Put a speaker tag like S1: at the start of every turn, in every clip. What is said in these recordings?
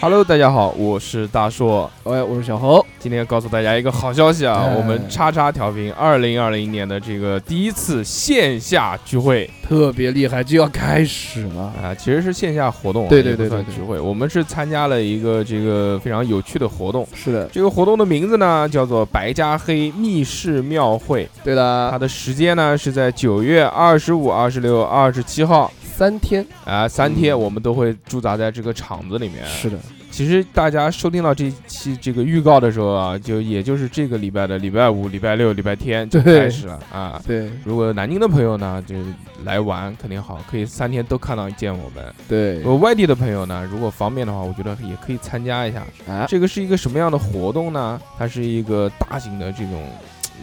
S1: Hello，大家好，我是大硕，哎，我是小侯。今天告诉大家一个好消息啊，
S2: 哎
S1: 我们叉叉调频二零二零年的这个第一次线下聚会
S2: 特别厉害，就要开始了。
S1: 啊、其实是线下活动啊、
S2: 对对
S1: 也不
S2: 对
S1: 算
S2: 对对
S1: 聚会。我们是参加了一个这个非常有趣的活动，
S2: 是的，
S1: 这个活动的名字呢叫做白加黑密室庙会，
S2: 对
S1: 它
S2: 的，
S1: 的时间呢是在九月二十五、二十六、二十七号
S2: 三天。
S1: 啊、三天，
S2: 嗯
S1: 我们都会驻扎在这个场子里面。
S2: 是的，
S1: 其实大家收听到这一期这个预告的时候啊，就也就是这个礼拜的礼拜五、礼拜六、礼拜天就
S2: 对
S1: 开始了啊。
S2: 对
S1: 如果南京的朋友呢，就来玩肯定好，可以三天都看到见我们。
S2: 对
S1: 我外地的朋友呢，如果方便的话，我觉得也可以参加一下。
S2: 啊，
S1: 这个是一个什么样的活动呢？它是一个大型的这种。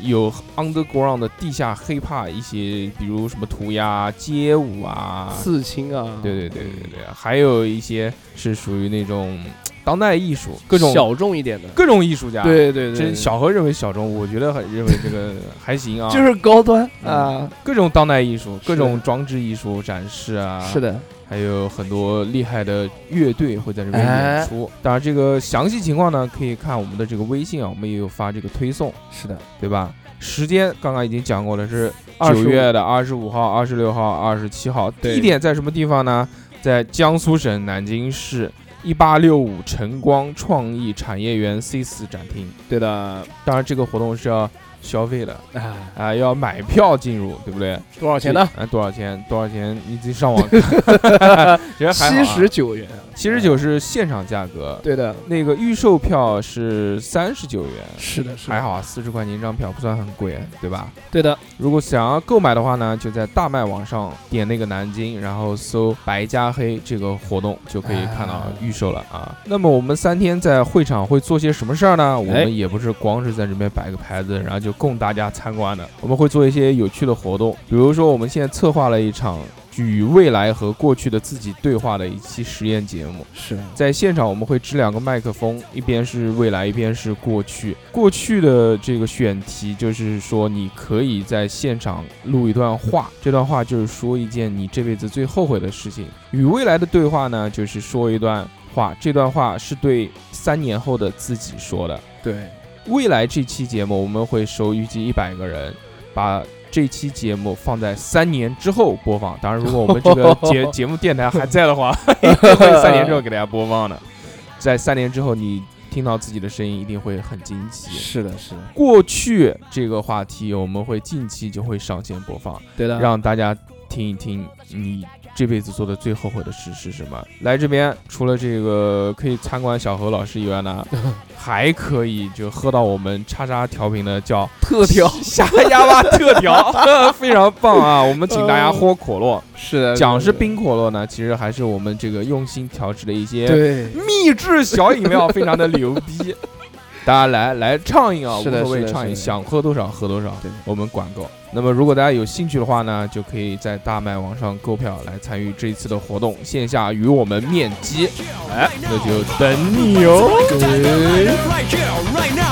S1: 有 underground 的地下 hiphop 一些，比如什么涂鸦、街舞啊，
S2: 刺青啊，
S1: 对对对对对，还有一些是属于那种当代艺术，各种
S2: 小众一点的。
S1: 各种艺术家。，
S2: 对对对，
S1: 这小何认为小众，我觉得很认为这个还行啊。
S2: 就是高端
S1: 嗯
S2: 啊，
S1: 各种当代艺术，
S2: 是
S1: 各种装置艺术展示啊，
S2: 是，的，
S1: 还有很多厉害的乐队会在这边
S2: 哎
S1: 演出。当然，这个详细情况呢，可以看我们的这个微信啊，我们也有发这个推送，
S2: 是的，
S1: 对吧？时间刚刚已经讲过了，是
S2: 25
S1: 九月的二十五号、二十六号、二十七号，
S2: 对
S1: 地点在什么地方呢？在江苏省南京市一八六五晨光创意产业园 C 四展厅。
S2: 对的
S1: 当然，这个活动是要消费的啊、
S2: 啊，
S1: 要买票进入，对不对？
S2: 多少钱呢？
S1: 哎，多少钱？多少钱？你自己上 网看。其实还好、
S2: 七
S1: 啊，
S2: 十九元，啊
S1: 七十九是现场价格，
S2: 对的，
S1: 那个预售票是三十九元，
S2: 是的，是的
S1: 还，好啊四十块钱一张票，不算很贵，对吧？
S2: 对的，
S1: 如果想要购买的话呢，就在大麦网上点那个南京，然后搜“白加黑”这个活动，就可以看到预售了啊。那么我们三天在会场会做些什么事儿呢？我
S2: 哎
S1: 们也不是光是在这边摆个牌子，然后就供大家参观的。我们会做一些有趣的活动，比如说我们现在策划了一场与未来和过去的自己对话的一期实验节目。
S2: 是
S1: 在现场我们会支两个麦克风，一边是未来，一边是过去。过去的这个选题就是说，你可以在现场录一段话，这段话就是说一件你这辈子最后悔的事情。与未来的对话呢，就是说一段话，这段话是对三年后的自己说的。
S2: 对，
S1: 未来这期节目我们会收预计一百个人，把。这期节目放在三年之后播放，当然，如果我们这个节节目电台还在的话， 一定会三年之后给大家播放的。在三年之后，你听到自己的声音，一定会很惊奇。
S2: 是的，是的，
S1: 过去这个话题，我们会近期就会上线播放，
S2: 对的，
S1: 让大家听一听你这辈子做的最后悔的事是什么。来这边，除了这个可以参观小何老师以外 呢，还可以就喝到我们叉叉调频的叫
S2: 特 调
S1: 夏亚巴特调， 非常棒啊！我们请大
S2: 嗯
S1: 家喝可乐，
S2: 是的，
S1: 讲是
S2: 呃对
S1: 冰可乐呢，其实还是我们这个用心调制的一些
S2: 对，
S1: 秘制小饮料非常的牛逼。 大家来来畅饮啊，无
S2: 是的
S1: 所谓
S2: 是的
S1: 畅饮，
S2: 是的
S1: 想喝多少喝多少
S2: 对，
S1: 我们管够。那么如果大家有兴趣的话呢，就可以在大麦网上购票来参与这一次的活动，线下与我们面基。哎，那就等你哦。哦
S3: Right now, right now, right now.